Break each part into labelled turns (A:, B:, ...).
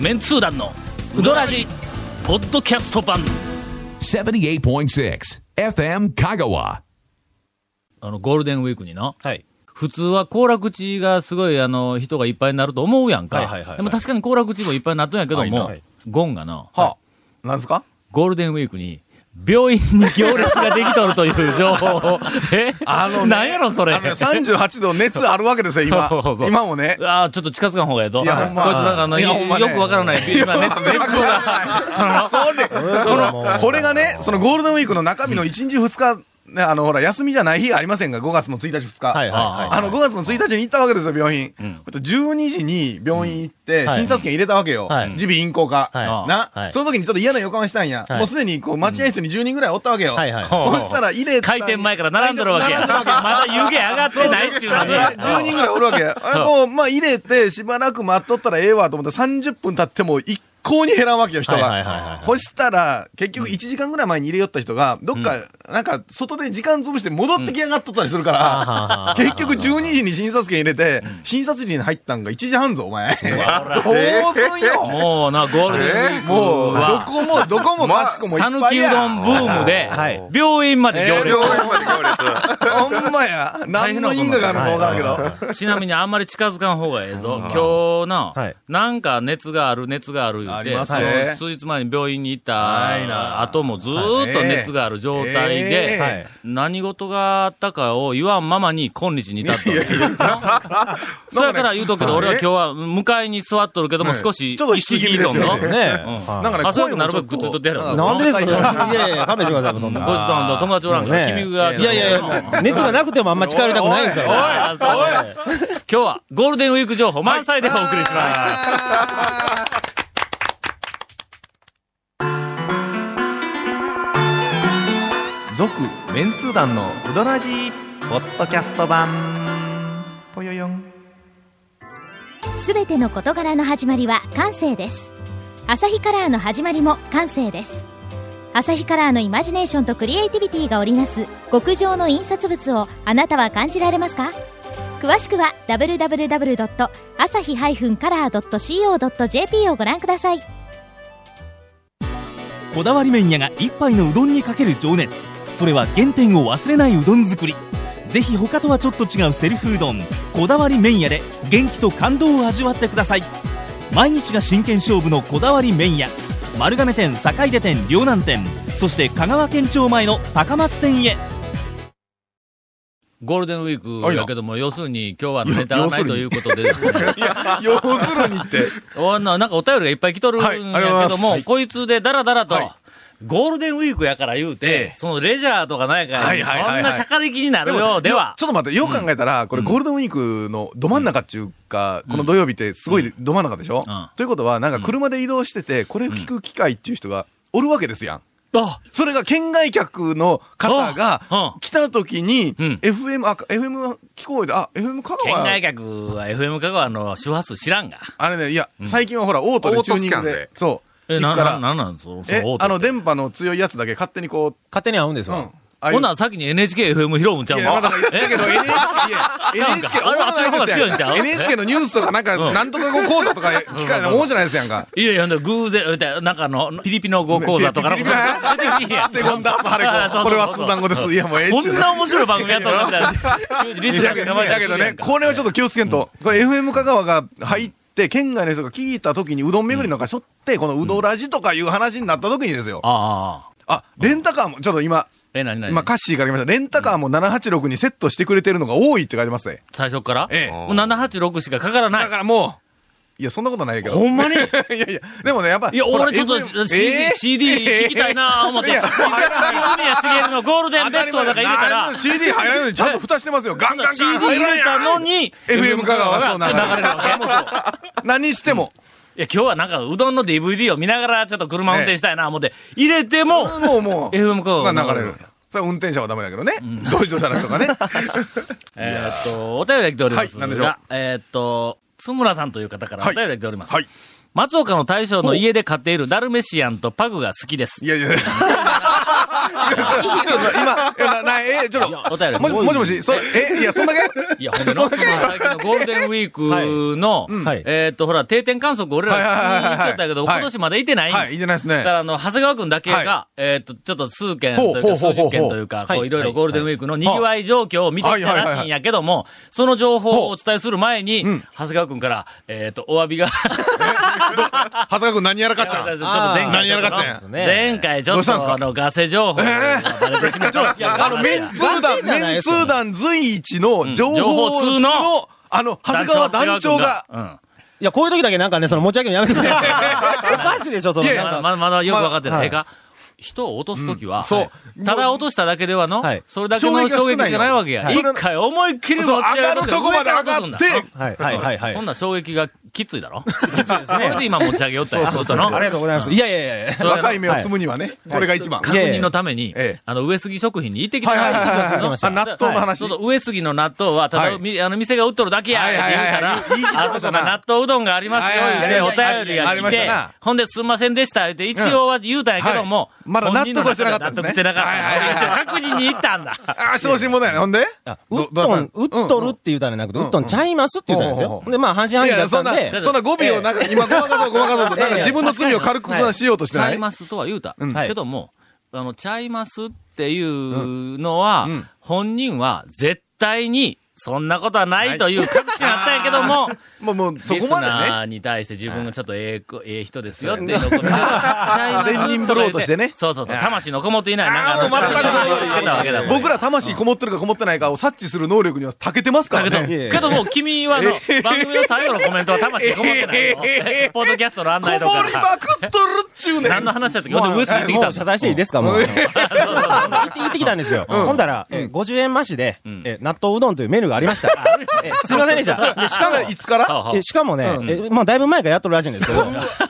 A: メンツー団のウドラジポッドキャスト版
B: 78.6 FM Kagawa.
A: あのゴールデンウィークにな
C: はい。
A: 普通は行楽地がすごいあの人がいっぱいになると思うやんか、
C: はいはいはいはい
A: でも確かに行楽地もいっぱいになったんやけど
C: はい
A: も、
C: はい
A: ゴンがな、
C: はあ。なんですか
A: ゴールデンウィークに病院に行列ができとるという情報 をえ
C: あのね
A: なんやろそれ
C: あのね38度熱あるわけですよ、今
A: そうそうそ。う
C: 今もね。
A: ああ、ちょっと近づかん方がええと。こいつ
C: いやほんま
A: なんかあの、
C: いやほんまね
A: よくわからない。今、熱熱風が、その、
C: そうで、その、これがね、そのゴールデンウィークの中身の1日2日、ね、あの、ほら、休みじゃない日ありませんが、5月の1日2日。
D: はいはいはい。
C: あの、5月の1日に行ったわけですよ、病院。
A: ん
C: あと12時に病院行って、
D: はい
C: 診察券入れたわけよ
D: はい。
C: 耳鼻咽喉科。
D: はい
C: な
D: は、い
C: その時にちょっと嫌な予感がしたんや。
D: はい
C: もうすでに、こう、待合室に10人ぐらいおったわけよ。
D: はいはい
A: ほう
C: そしたら、入れた
A: 開店前から並んでるわけや。
C: 並ん
A: ま
C: でるわけ
A: だ湯気上がってないっちゅうのに。
C: 10人ぐらいおる わけや。あこう、まあ入れて、しばらく待っとったらええわと思って30分経っても一向に減らんわけよ、人
D: はいはいはいはいは
C: が
D: い。
C: ほしたら、結局1時間ぐらい前に入れよった人が、どっか、なんか、外で時間潰して戻ってきやがっとったりするか
D: うんはあは
C: ら
D: あ、
C: 結局12時に診察券入れて、診察時に入ったんが1時半ぞ、お前。どうすんよ。
A: もうな、ゴールデンウィーク
C: もう、ど
A: は、
C: こも、どこもかしこもいっ
A: 讃
C: ぱい
A: 岐う
C: や。
A: どんブームで
D: はい、
A: 病院まで行
C: えー病
A: 列。
C: 院まで行列。ほんまや。何の因果があるのかわからんけど。
A: ちなみにあんまり近づかん方がええぞ。今日な
D: はい、
A: なんか熱がある、熱がある言
C: あ
A: う
C: り
A: て、
C: ます
A: そ
C: ね
A: の数日前に病院に行っ
C: ないな
A: た後もずーっと熱がある状態
C: ええ
A: で、
D: はい。
A: 何事があったかを言わんままに今日に至ったの。 そやから言うとくけど、
C: はい
A: 俺は今日は向かいに座っとるけども
C: はい
A: 少し、
C: ちょっと引き気味ですよ
A: 椅子引いとんの
D: ね
A: うん
C: なんかね
A: 朝
C: 声
A: よく
C: も
A: なるべ
C: ち
A: く
C: ょっと
A: 靴取ってやろ。
C: う
A: こ
C: ん
D: なんでですかいやいや、勘弁してくださいもう、そん
A: いつ
D: な。
A: とあの友達おらんから、
D: ね
A: 君が、
D: いやいやいや、熱がなくてもあんま近寄りたくないですから。
A: あそうですね今日はゴールデンウィーク情報満載でお送りします。
C: 続メンツー団のうどらじポッドキャスト版ぽよよん
E: すべての事柄の始まりは感性ですアサヒカラーの始まりも感性ですアサヒカラーのイマジネーションとクリエイティビティが織りなす極上の印刷物をあなたは感じられますか詳しくは www.asahi-color.co.jp をご覧ください
F: こだわり麺屋が一杯のうどんにかける情熱それは原点を忘れないうどん作りぜひ他とはちょっと違うセルフうどんこだわり麺屋で元気と感動を味わってください毎日が真剣勝負のこだわり麺屋丸亀店坂出店両南店そして香川県庁前の高松店へ
A: ゴールデンウィークだけども、要するに今日はネタがないということでですね。
C: 要するにって
A: おななんかお便りがいっぱい来とるんや
C: はいありがとうござ
A: けど
C: います
A: も、こいつでだらだらと、
C: はい
A: ゴールデンウィークやから言うて、
C: ええ
A: そのレジャーとかないから、
C: はいはいはいはい
A: そんなしゃかりきになるようでは
C: ち、ょっと待ってよく考えたらこれゴールデンウィークのど真ん中っていうかこの土曜日ってすごいど真ん中でしょ
A: うん
C: ということはなんか車で移動しててこれを聞く機会っていう人がおるわけですやん
A: あ
C: それが県外客の方
A: あ
C: が
A: うん
C: 来た時に、
A: うん
C: FM、あ、FM 聞こえて、あ、FM 香
A: 県
C: 川。
A: 外客は FM 香川の周波数知らんが。
C: あれね、いや、最近はほら、オートでチューニングで。そう。
A: え、
C: 行
A: な、
C: くか
A: な、
C: ら
A: なんなんその、そ
C: え
A: のオー、ト
C: あの、電波の強いやつだけ勝手にこ
D: 勝手に合うんです
C: う、うん。
D: よ
C: あ。あいう
A: ほな、先に NHKFM 拾うんちゃう
C: いや、まだ
A: の
C: 言ったけど、
A: え
C: NHK、いや NHK、
A: あれあっちの方が強いんちゃう
C: NHK のニュースとか、なんか、
A: うん
C: なんとか語講座とか、機会のもんじゃないですや んか。
A: いやいや、ほんで偶然、みたいななんかあの、ピリピの語講座とかの
C: ピリピリ
A: 出てきてんや
C: ステゴンダースハレ
A: あそうそうそう
C: コ。これはスーダン語です。いや、もうええっ
A: こ
C: ちゅうん
A: な面白い番組やったのみたいな。急にリスナ
C: だ
A: ー
C: け
A: が構えたりす
C: ど
A: るや
C: ね、
A: んか
C: これをちょっと気をつけんと、これ FM 香川が入って、県外の人が聞いたときにうどん巡りなんかしょって、このうどらじとかいう話になったときにですよ。
A: ああ。
C: あ、レンタカーも、ちょっと今、
A: え、なになに
C: 今カッシーから来ました。レンタカーも786にセットしてくれてるのが多いって書いてますね。
A: 最初から
C: ええ
A: もう786しかかからな
C: だ
A: い。
C: からもう、いや、そんなことないけど。
A: ほんまに
C: いや いや、でもね、やっぱ。
A: いや、
C: ほら
A: 俺ちょっと
C: FM
A: CD、
C: えー
A: CD 聞きたいな思って。
C: い
A: 泉
C: や
A: 谷茂のゴールデンベストだから入れた
C: 何
A: ら
C: の、CD 入らないのにちゃんと蓋してますよ。 ガンガンガン
A: CD 入れたのに、
C: FM 香川がそう流れ
A: 流れるわけ。
C: るわけ。何しても。
A: いや、今日はなんか、うどんの DVD を見ながら、ちょっと車運転したいな思って、入れても、
C: もうも う。
A: FM 香川が
C: が流れる。それは運転者はダメだけどね。同乗者の人が ね。
A: えーっと、お便りが来ております
C: はい何でしょう
A: が、えーっと、津村さんという方からお
C: はい
A: 便りが来ております。
C: はい。
A: 松岡の大将の家で飼っているダルメシアンとパグが好きです
C: い。やいや。ちょっと今、いやななええ、ちょっと、
A: お便り。
C: もしもしもし、それ、え、いや、そんだけ
A: いや、ほんでな、最近のゴールデンウィークの、
D: はい
A: えーっと、ほら、定点観測俺らしに行っちゃったけど、
C: はいはいはいはい
A: 今年までいてないん
C: はい、いいじゃないです
A: だか
C: ね。
A: ら、あの、長谷川くんだけが、
C: は
A: えーっと、ちょっと数件
C: ほう
A: というか、
C: ほうほう
A: 数
C: ほう
A: 十件というか、
D: はい
A: こう、いろい
D: は
A: ろ
D: い
A: ゴールデンウィークの賑わい状況を見てきたらしいんやけども、その情報をお伝えする前に、長谷川くんから、えーっと、お詫びが、
C: 長谷川君何やらかし た
A: ちょっと
C: ん
A: 前
D: あー
A: 回
C: 何やらかし
A: ちょっと
C: てん
D: そうですね
A: 前回ちょ
C: どう
A: っ
C: したんです
A: と、
C: か
A: あの、ガセ情報がバレてしまったんですよ。
D: いやあの
C: メンツー団、
D: 男性じゃない
C: メン
D: です
C: ツ
D: よね
C: ー団随一の情
A: 情
C: 報
A: 報
C: 通
A: 通の
C: の、あの、長谷川団長が、
A: うん。
D: いや、こういう時だけなんかね、その持ち上げるのやめてください。おかしいでしょ、その。
C: いやいや
A: ま
D: な
A: だ
D: んか
A: まだまだよく分かって
D: ま
A: な
D: あ
A: い。ええか、人を落とすときは、
C: そ
A: ただ落としただけではの、
D: はい
A: それだけの衝撃しかないわけや。
C: 衝
A: 一
C: 撃が少ないの
A: 回思いっきり持ち
C: そう、
A: 上げ
C: 上がるとこまで上がって、
D: はい、はい、はい、はい。
A: こんな衝撃がきついだろ
D: です
A: そ
D: ね
A: れで今持ち上げよったんやそうしたの。
D: ありがとうございます。いやいやいや。
A: そうやな
C: 若い目を摘むにはね、これが一番。
D: い
A: 確認のために、
C: ええ
A: あの、上杉食品に行ってきた
C: はいはいはいはい
A: あの
D: 行ってきました
C: あ納豆の話
A: そうそう上杉の納豆は、ただ、
C: はい
A: みあの、店が売っとるだけや、
C: はいはいはいはい
A: って言うか
C: 言い切っ
A: ら、
C: て
A: あ
C: ま
A: そ
C: した
A: こ
C: な
A: 納豆うどんがありますよ、
C: はいはいはい
A: 言ってお便り
C: あ
A: が
C: り
A: 来
C: ましてたな、
A: ほんで、すんませんでした、言って、一応は言うたんやけども、
C: うんはいまだ納得はしてなかったんですね
A: 本人の中で納得してなかった。
C: はいはいはい
A: 確認に行ったんだ。
C: ああ、昇進もだよね。ほんで
D: あウ
C: ど
D: ッ
C: どう
D: ド
C: やっ
D: ン
C: た、
D: ウッドルって言うたらなくて、ウッドンちゃいますって言ったんです
C: うんうんうん
D: よ
C: う。ん
D: で、まあ、半信半
C: い
D: 疑
C: やい
D: だ
C: や、
D: っ
C: そ
D: た
C: ん
D: ん
C: な
D: で、、
C: そんな語尾をなんか、今ごまかそうごまかそうと、なんか自分の罪を軽くさしようとして
A: ちゃ
C: ないい
A: ますとは言うた。
C: うん
D: はい
A: けども、あの、ちゃいますっていうのは、
C: ん
A: 本人は絶対に、そんなことはないという確信あったんやけども、
C: もう、も う、そこまで
A: リス
C: ね。
A: ナーに対して自分がちょっとええ子、ええ人ですよっていうことで、ちゃいます
C: 善人ぶろうとしてね
A: そうそうそう、魂のこもっていない、なん
C: あ
A: か
C: あ、もう全く
A: そういうのをつけたわけだ
C: そ
A: も。
C: うん僕ら魂こもってるかこもってないかを察知する能力には長けてますから
A: だけ
C: ね。
A: ど、けどもう君はあの、番組の最後のコメントは魂こもってないよ
C: ええ。
A: ポッドキャストの案
C: こ
A: 内とか
C: もり
A: ら。
C: まくっとるっちゅうねん。
A: 何の話だったっけほんで上杉行ってき
D: も
A: た
D: うん
A: だ
D: 謝罪していいですか、もう。行ってきたんですよ。ほんだら、えー50円増しで、えー納豆うどんというメニューがありました。えーすいませんでした。でしかも、
C: いつから
A: ああ
D: えしかもね、えもうだいぶ前からやっとるらしい んですけど、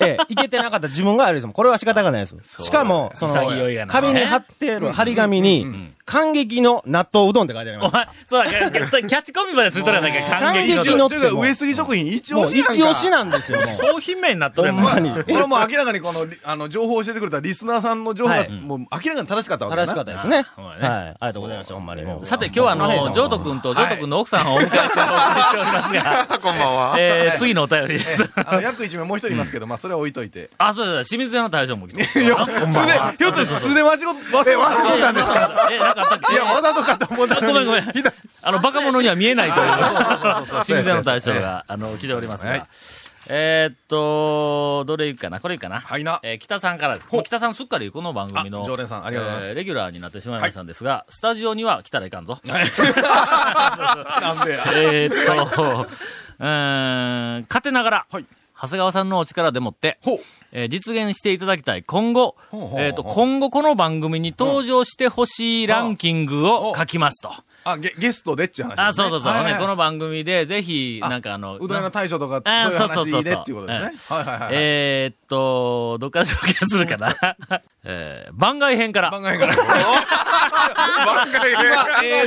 D: えいけてなかった自分があるんですもん。これは仕方がないです。しかも、その
A: 潔いが、な
D: 紙に貼ってある張り紙に、感激の納豆うどんって書いてありま
A: お
D: す。
A: 前、そうだ、キャ キャッチコピーまでついとるやないか、感激の
D: 感激の
C: というか、上杉食品一
D: もう
C: 押しやんか。
D: 一押しなんですよ、もう。
A: 商品名になっとるやないか
D: ほんまに
C: これはもう明らかにこの、りあの、情報を教えてくれたリスナーさんの情報
D: は
C: が、
D: い
C: もう明らかに正しかったわけだな。
D: 正しかったですね。
A: ほんま
D: はい。
A: やね
D: ありがとうございました、ほんまにもう。
A: さて、今日はあの、ジョート君とジョート君の奥さんをお迎えしてお送りしておりますが、
C: こんばんは
A: えー次のお便りです。
C: あの、約一名もう一人いますけど、まあ、それは置いといて。
A: あ、そうだ、清水屋の大将も来て。
C: いや、 素で、ひょっとして素で間違っ、忘れたんですか
A: え、なんかあったっけ
C: いや、わざとかと思った
A: あごめんごめん。あの、バカ者には見えないという
C: そう、
A: 清水屋の大将が、あの、来ております
C: はい
A: が。えーっと、どれ行くかなこれ行くかな
C: はいな
A: えー北さんからです。もう北さんすっかりこの番組の
C: あ、常連さんありがとうございます
A: えーレギュラーになってしまいましたんですが、スタジオには来たらいかん ぞ。
C: なんで。
A: えーっと、うーん、勝手ながら、
C: はい
A: 長谷川さんのお力でもって、
C: ほう。
A: えー実現していただきたい今後、
C: ほうほうほう
A: えーっと、今後この番組に登場してほしいランキングを書きますと。
C: あ、ゲ、ゲストでっていう話ですね。
A: あ、そうそうそう。
C: は
A: ほ
C: い
A: ん
C: はい
A: でこの番組で、ぜひ、なんかあの、
C: うどん屋の大将とか、
A: あ
C: そういう
A: そうそう
C: 話
A: そ
C: いうい
A: そう
C: でっていうことですね。はいはいはいはい。
A: えーっと、どっから紹介するかな。 えー番外編から。
C: 番外 から。番外編。今、えー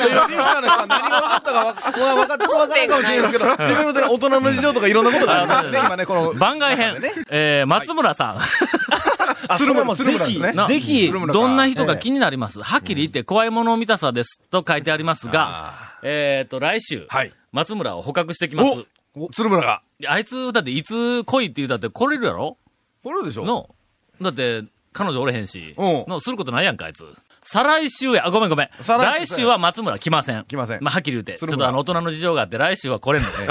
C: と、今、リスナーの人は何が分かったかわ、そこは分かって、分からんかもしれないですけど、い ろいろとね大人の事情とかいろんなことがありますね、今ね、この。
A: 番外編
C: 中でね。
A: えー松村さん。
D: あ、そ
C: 鶴
D: れ
C: 村
D: もぜ
C: 鶴村で
D: ひ、
C: すね
A: な
D: ぜひ
C: 鶴、村
A: どんな人が気になります。はっきり言って、怖いもの見たさです。と書いてありますが、えーっと、来週、
C: はい
A: 松村を捕獲してきます。
C: お鶴村が。
A: あいつ、だって、いつ来いって言うたって来れるやろ
C: これでしょ
A: の、だって、彼女おれへんし、
C: うん
A: の、することないやんか、あいつ。再来週や、あ、ごめんごめん。
C: 再
A: 来
C: 来週
A: 週は松村来ません。
C: 来ません
A: まあ、はっきり言って。ちょっ
C: 鶴村
A: とあの、大人の事情があって、来週は来れんので。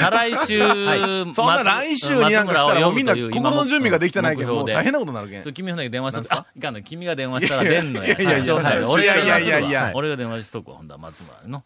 A: 再来週、松
C: そんな来週になんか来たらもうみんな心の準備ができてないけど、もう大変な
A: こ
C: ことになるけん
A: と。ちょ。君船に電話したんですあ、いかんの、君が電話したら出んのや。
C: いやいやいや
A: 最初から俺
C: いや
A: が
C: いやいや
A: 電話す
C: いや
A: るわ俺が電話しとくわ、ほんだら松村にの。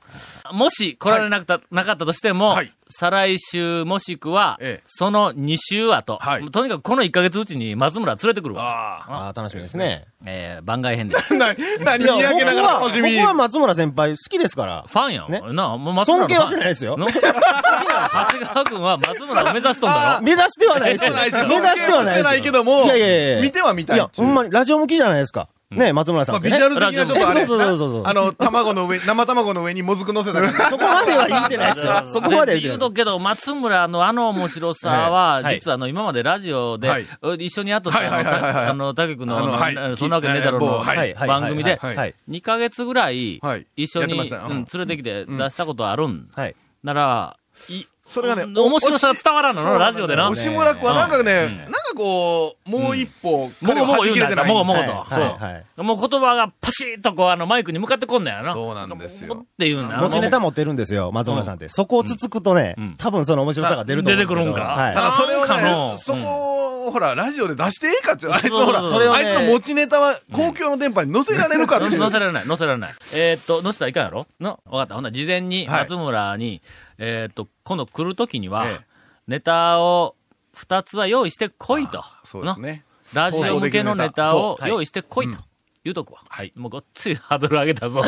A: もし来られなくた、なかったとしても、
C: はい
A: 再来週もしくは、
C: ええ
A: その2週後、
C: はい
A: とにかくこの1ヶ月うちに松村連れてくるわ。
C: あ
D: あー楽しみですね。
A: えー番外編です。
C: あ。 な、何
D: いや、
C: にやけながら楽
D: 僕
C: しみ。
D: は松村先輩好きですから。
A: ファンやん。
D: ね
A: なあ、もう松村のファン。
D: 尊敬はしてないですよ
A: の 長谷川君は松村を目指しとん だろ
D: 目指してはないですよ。
C: 目
D: 目
C: 指
D: 指
C: して
D: してはないですよ。
C: ないけども
D: いやいやいや。
C: 見ては見たい
D: いや、ほんまに、ラジオ向きじゃないですか。ね、松村さ
C: まあ、
D: んって
C: ビ
D: ね
C: ジュアル的にはちょっとあれ、
D: そうそうそうそう
C: あの、卵の上に、生卵の上にもずく乗せ た感じ。
D: そこまでは言ってないですよ。 そこまでは言
A: 言
D: っ
A: う
D: てな
A: と
D: い。
A: けど、松村のあの面白さは、
D: はい
A: 実はあの、今までラジオで
C: はい、
A: 一緒にやっとった、
C: はいはいはいはいはい
A: あの、たけ君の、
C: あのはい
A: なそんなわけねえだろう
C: えー
A: の、
C: 某はい
A: 番組で
D: はい。はい
A: 2ヶ月ぐらい
C: はい、
A: 一緒に、
C: やってましたよ
A: うん、連れてきて出したことあるん。
D: はい。
A: なら、い
C: それがね、
A: 面白さ伝わらんの
C: そう
A: な、ラジオでな。も
C: 押村君はなんかね、なんかこう、もう一歩、
A: ごもご言うんだよ、もごもごと。
D: はいはい
A: いもう言葉がパシッとこう、あの、マイクに向かってこんだよな。
C: そうなんです
A: も
C: よ
A: ごもごっていうんだ
D: 持ちネタ持ってるんですよ、松村さんって。そこをつつくとね
A: ん、
D: 多分その面白さが出ると思うんですけど。
A: 出てくるんか
C: た
D: は
C: だそれ
A: なんか
C: を
A: の
C: ね、そこを、ほら、ラジオで出していいかっていう、あいつ
A: そうそ
C: のほ
A: う
C: ら、
A: そう
D: それを
C: あ
D: ね
C: いつの持ちネタは公共の電波に載せられるかっ
A: 載
C: てい
A: せ
C: う。
A: 載せられない、載せられない。えーっと、載せたらいかんやろの分かった。ほんなら事前に
C: はい
A: 松村に、えーっと、今度来るときには
C: ええ、
A: ネタを2つは用意してこいと。
C: そうですね。
A: のラジオ向けのネタ
C: 放送
A: を
C: できるネタそうはい
A: 用意してこいと。言うとくわ。
C: はい
A: もうごっついハードル上げた ぞ。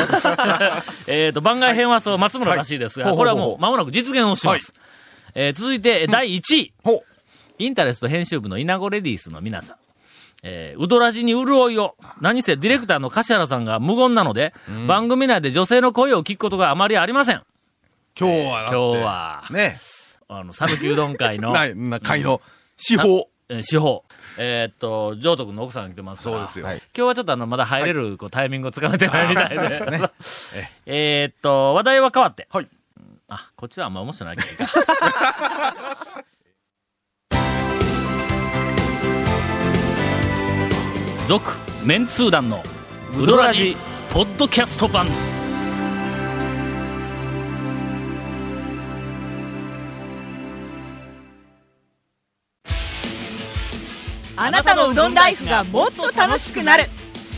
A: えっと、番外編はそう、松村らしいですが、
C: はい
A: これは
C: ほう
A: も
C: ほ
A: う間もなく実現をします。えー続いて、第1位。
C: ほう。
A: インタレスト編集部の稲子レディースの皆さん。えー、ウドラジに潤いを。何せディレクターの柏原さんが無言なので、番組内で女性の声を聞くことがあまりありません。
C: 今日はだって、
A: 今日は、
C: ね、
A: あの、讃岐うどん会の、
C: ない、な、会の、司法。
A: えー司法。えーっと、ジョート君の奥さんが来てますから。
C: そうですよはい
A: 今日はちょっとあの、まだ入れる、こう、タイミングをつかめてないみたいで。
C: ね
A: えーっと、話題は変わって。
C: はい。
A: あ、こっちはあんま面白 ないけど。続、メンツー団の、ウドラジ、ポッドキャスト版。
G: あなたのうどんライフがもっと楽しくなる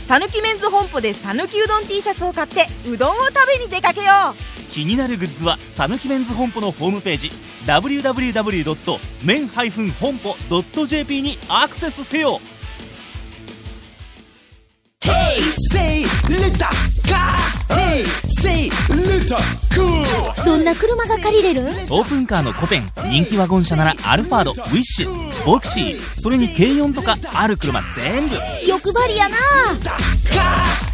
G: さぬきメンズ本舗でさぬきうどん T シャツを買ってうどんを食べに出かけよう
F: 気になるグッズはさぬきメンズ本舗のホームページ www.men-honpo.jp にアクセスせよ
H: Say little car. Hey, say little cool.
E: どんな車が借りれる
F: オープンカーの古典人気ワゴン車ならアルファードウィッシュボクシーそれに軽4とかある車全部
E: 欲張りやな
H: Car.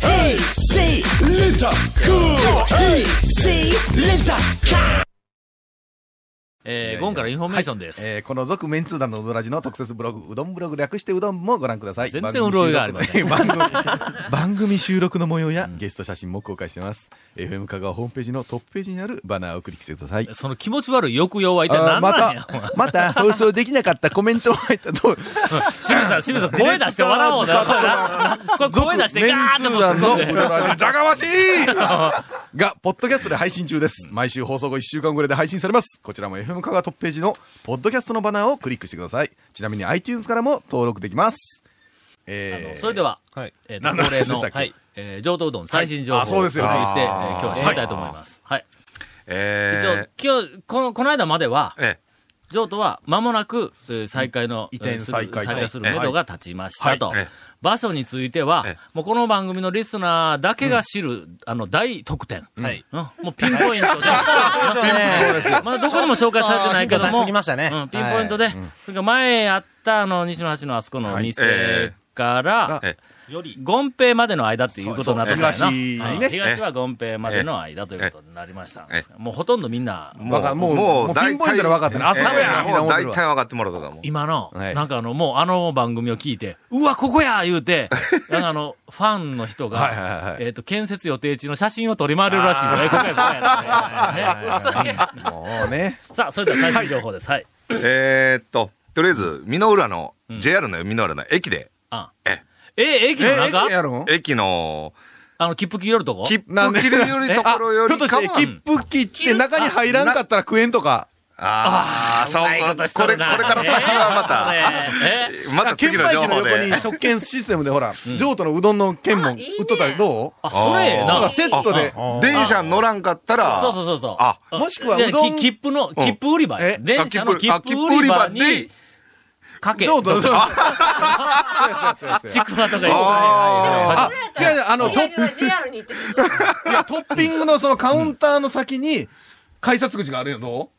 H: Hey, say little cool. Hey, say little car.
A: えー
C: いやいや
A: ゴンからインフォメーションです。
C: えーこの続メンツー団のうどらじの特設ブログ、うどんブログ略してうどんもご覧ください。
A: 全然潤いがありませ
C: ん。番組 番組収録の模様やゲスト写真も公開してます。FM 香川ホームページのトップページにあるバナーをクリックしてください。
A: その気持ち悪い抑揚は一体
C: あー
A: 何
C: ま
A: なんや、お前
C: た、また放送できなかったコメントも入ったと、
A: 清水さん、清水さん、声出して笑おうな。これなこれ声出してガ
C: メン
A: ーッ
C: ツ
A: とこ
C: ー
A: う突っ
C: 団の
A: 込んで
C: うどらじ、じゃがまし いが、ポッドキャストで配信中です。毎週放送後1週間ぐらいで配信されます。こちらも FM 香川トップページの、ポッドキャストのバナーをクリックしてください。ちなみに iTunes からも登録できます。えー
A: それでは、
D: はい
A: えーと
C: 何の
A: 恒例
C: 話で
A: の、
C: したっけ
A: はいえー上等うどん最新情報を
C: あそうですよ
A: 共有して、えー
C: あー
A: 今日は知りたいと思います。はい。
C: え
A: 一
C: ー
A: 応、今日、この、この間までは、
C: え
A: 上都は間もなく、えー再開の、
C: 移転再開
A: えーする再開するめどが立ちまし
C: は
A: た
C: い
A: と
C: ええ。
A: 場所については
C: ええ、
A: もうこの番組のリスナーだけが知る、あの、大特典。
D: はい
A: うんもうピンポイントで。まだどこにも紹介されてないけど
D: ちょっと出し
A: も、
D: すぎましたね
A: うんピンポイントで、それから前あったあの、西の橋のあそこの店から、
C: え
A: 権平までの間っていうことになってたんやな
C: そうそう東にね
A: うん東は権平までの間ということになりましたんですがもうほとんどみんな、
C: わかもう、もう、ピンポイントで分かってる。あそこや
I: も
C: み
I: う大体
C: んな思ってるわ
I: 分かってもらったと思う。
A: 今の、
C: はい
A: なんかあの、もうあの番組を聞いて、うわ、ここや言うて、なんかあの、ファンの人が、
C: はいはいはい
A: えっ、と、建設予定地の写真を撮り回れるらしいですね。ここや、ここやってねねうん
C: もうね。
A: さあ、それでは最新情報です。はい。
I: えーっと、とりあえず、美濃浦の、JR の美濃浦の駅で、
A: あ
I: え
A: え、駅の中、
C: やろ
I: 駅の、
A: あの、切符切れるとこ
I: 切符切れよりところよ
C: ひょ
I: り
C: っと
I: か
C: して、
I: は、
C: 切符切って中に入らんかったら食えんとか。
I: ああ、そう
A: ない
I: か、
A: とし
I: ことれ、
A: る
I: こ
A: な
I: れから先は
A: ねえ
I: また、また次
C: 券
I: の
C: 売
I: 情
C: 機の
I: 報
C: 横に
I: で。
C: 食券システムでほら、譲渡のうどんの券も売っとったらどう
A: あ、それええ
I: あ
A: な。
I: ー
C: なんかセットで。
I: 電車乗らんかったら、
A: そうそうそうそう。
I: あ、
C: もしくは
A: で
C: うどん
A: き切符の、切符売り場や
C: え
A: 電車の切
I: あ
A: 符売り場
I: 切符売り
A: に、かけ。
C: 譲渡の。
A: ち
C: あ
A: くわとかあ、
C: あ違う違う、あの、トッ
G: JR に行ってしまう
C: いやトッピングのそのカウンターの先に、改札口があるよ、どう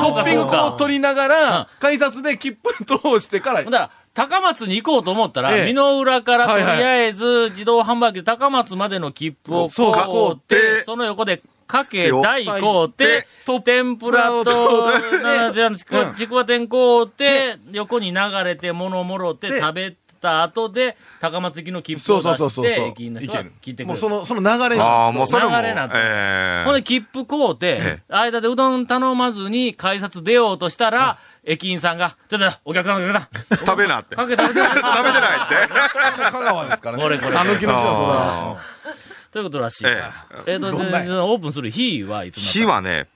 A: ああ
C: トッピングこう取りなが
A: うん
C: ら、改札で切符通してから、
A: だから、高松に行こうと思ったら、
C: ええ
A: 美濃浦からと
C: はい
A: り
C: はい
A: あえず自動販売機で高松までの切符を
C: そうそう
A: こう
I: 買う
A: て、
I: て
A: その横で、かけ、
I: よ
A: 大こうて、天ぷらと、なじゃあちくわ
C: うん
A: ちくわ天こうて、横に流れて、物もろて、
C: で
A: 食べた後で、高松行きの切符
C: そ
A: を
C: うそう
A: 出
C: そうそ
A: し
C: うそう。
A: て、駅員の人が聞いてく
C: も
A: れる
C: うそ。の、その流れ
I: あ。
C: に
I: ああ、もうそれも。
A: 流れになってる
I: え
A: ほんで、切符買うて
I: え、
A: 間でうどん頼まずに改札出ようとしたら、駅員さんが、ちょっと、お客さん、お客 さん、
I: え食べなって。
A: か
I: 食
A: け食べて
I: べてないって。
C: 香川ですからね。
A: これこれ
C: 讃岐の人はそうだ。
I: あー
A: ということらしいから。えっと、
C: どんな
A: でオープンする日はいつなの
I: 日はね、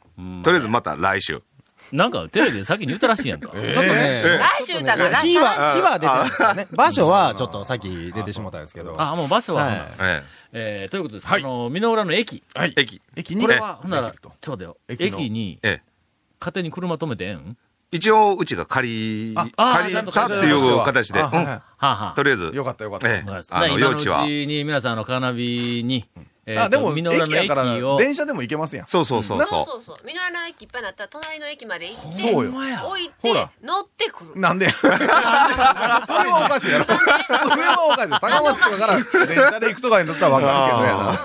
I: とりあえずまた来週。
A: なんかテレビで先に言ったらしいやんか。
D: ちょっとね、
G: 来週だから、
D: 火
G: さ
D: は、火は出てるんですよね。場所はちょっとさっき出てしまったんですけど。
A: あ、もう場所は、
D: はい
I: え
A: えーということです。
C: はい
A: あの、美濃浦の駅。
I: え駅。
C: 駅に
A: これは、
C: え
A: ほんなら、
C: 駅
A: ちょ
C: と
A: っと待って
C: 駅
A: よ。
C: の
A: 駅に、
I: ええ
A: 勝手に車止めてええん
I: 一応、うちが借り、
A: あ
I: 借りたってい
C: あちゃん
I: う
C: と
I: 形で、う
C: あはいはい
I: ん。
A: はあ、はあ。
I: とりあえず、
C: よかったよかった。
I: ええ
A: わかりまし、た
I: あの、
A: 今
I: 用
A: のう
I: 地は。
A: ちに皆さん、あの、カーナビに、えー
C: あ、
A: と
C: でも、
A: 美濃浦
C: 駅
A: の
C: やから
A: 駅を、、
C: 電車でも行けますやん。
I: そうそうそうそう。
J: そうそう。美濃の駅いっぱいになったら、隣の駅まで行っ
C: そう
J: て、
C: よ。
J: 置いて
C: ほら、
J: 乗ってくる。
C: なんでそれはおかしいやろ。それはおかしい。高松とかから電車で行くとかになったらわ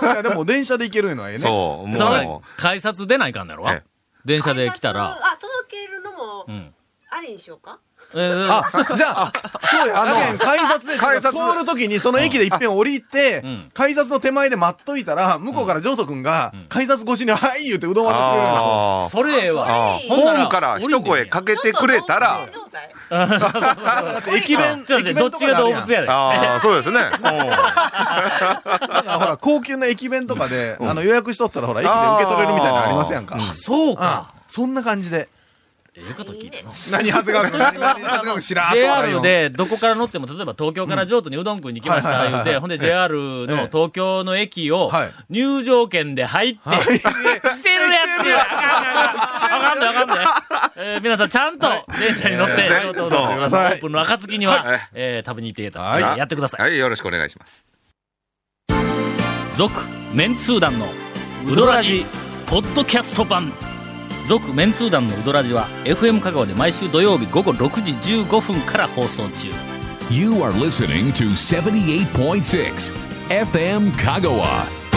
C: かるけどやな。いや、でも電車で行けるのはいいね。
I: そう、
A: そ
I: も
A: の改札出ないかんだろ
I: ええ
A: 電車で来たら。
J: あ、届けるのも
A: ん、
J: ありにしようか
A: えー
C: あ、じゃあ、そうや、あの、改札で、
I: 改札
C: 通るときに、その駅で一遍降りて
A: ん、
C: 改札の手前で待っといたら、向こうからジョート君が、改札越しに、はい言うてうどん渡してくれるの。
I: ああ。
A: それええわ。
I: ああ
A: ほんなら
I: ホームから一声かけてくれたら、
J: ちょっと同棲状態
C: だって駅弁、
A: ちょっと待って、
C: 駅
A: ど
C: 弁
A: っ
C: と
A: ち
C: か
A: が
C: である
A: 動
C: やん
A: 物やで。
I: ああ、そうですね。
C: なんかほら、高級な駅弁とかで、あの、予約しとったらほら、駅で受け取れるみたいなのありますやんか。
A: そう
C: あ、そんな感じで。
A: ええこと聞いてんの
C: 何、長谷川君、何、長谷川君、知らん。
A: JR でどこから乗っても、例えば東京から譲渡にうどん食いに来まし
C: はい
A: た
C: は
A: 言う
C: いはいはい
A: て、ほんで JR の東京の駅を
C: はい
A: 入場券で入って、来てるやつやあかんあかんあかんあかんで。えー皆さんちゃんと電車に乗って、
I: はい
A: 譲渡の
I: そう
A: あのオープンの暁には
I: はい、
A: えー食べに行っていただ
C: はいい
A: てやってください。
I: はい、よろしくお願いします。
A: 続メンツー団のウドラジポッドキャスト版続メンツー団のウドラジは FM 香川で毎週土曜日午後6時15分から放送中
B: You are listening to 78.6 FM Kagawa.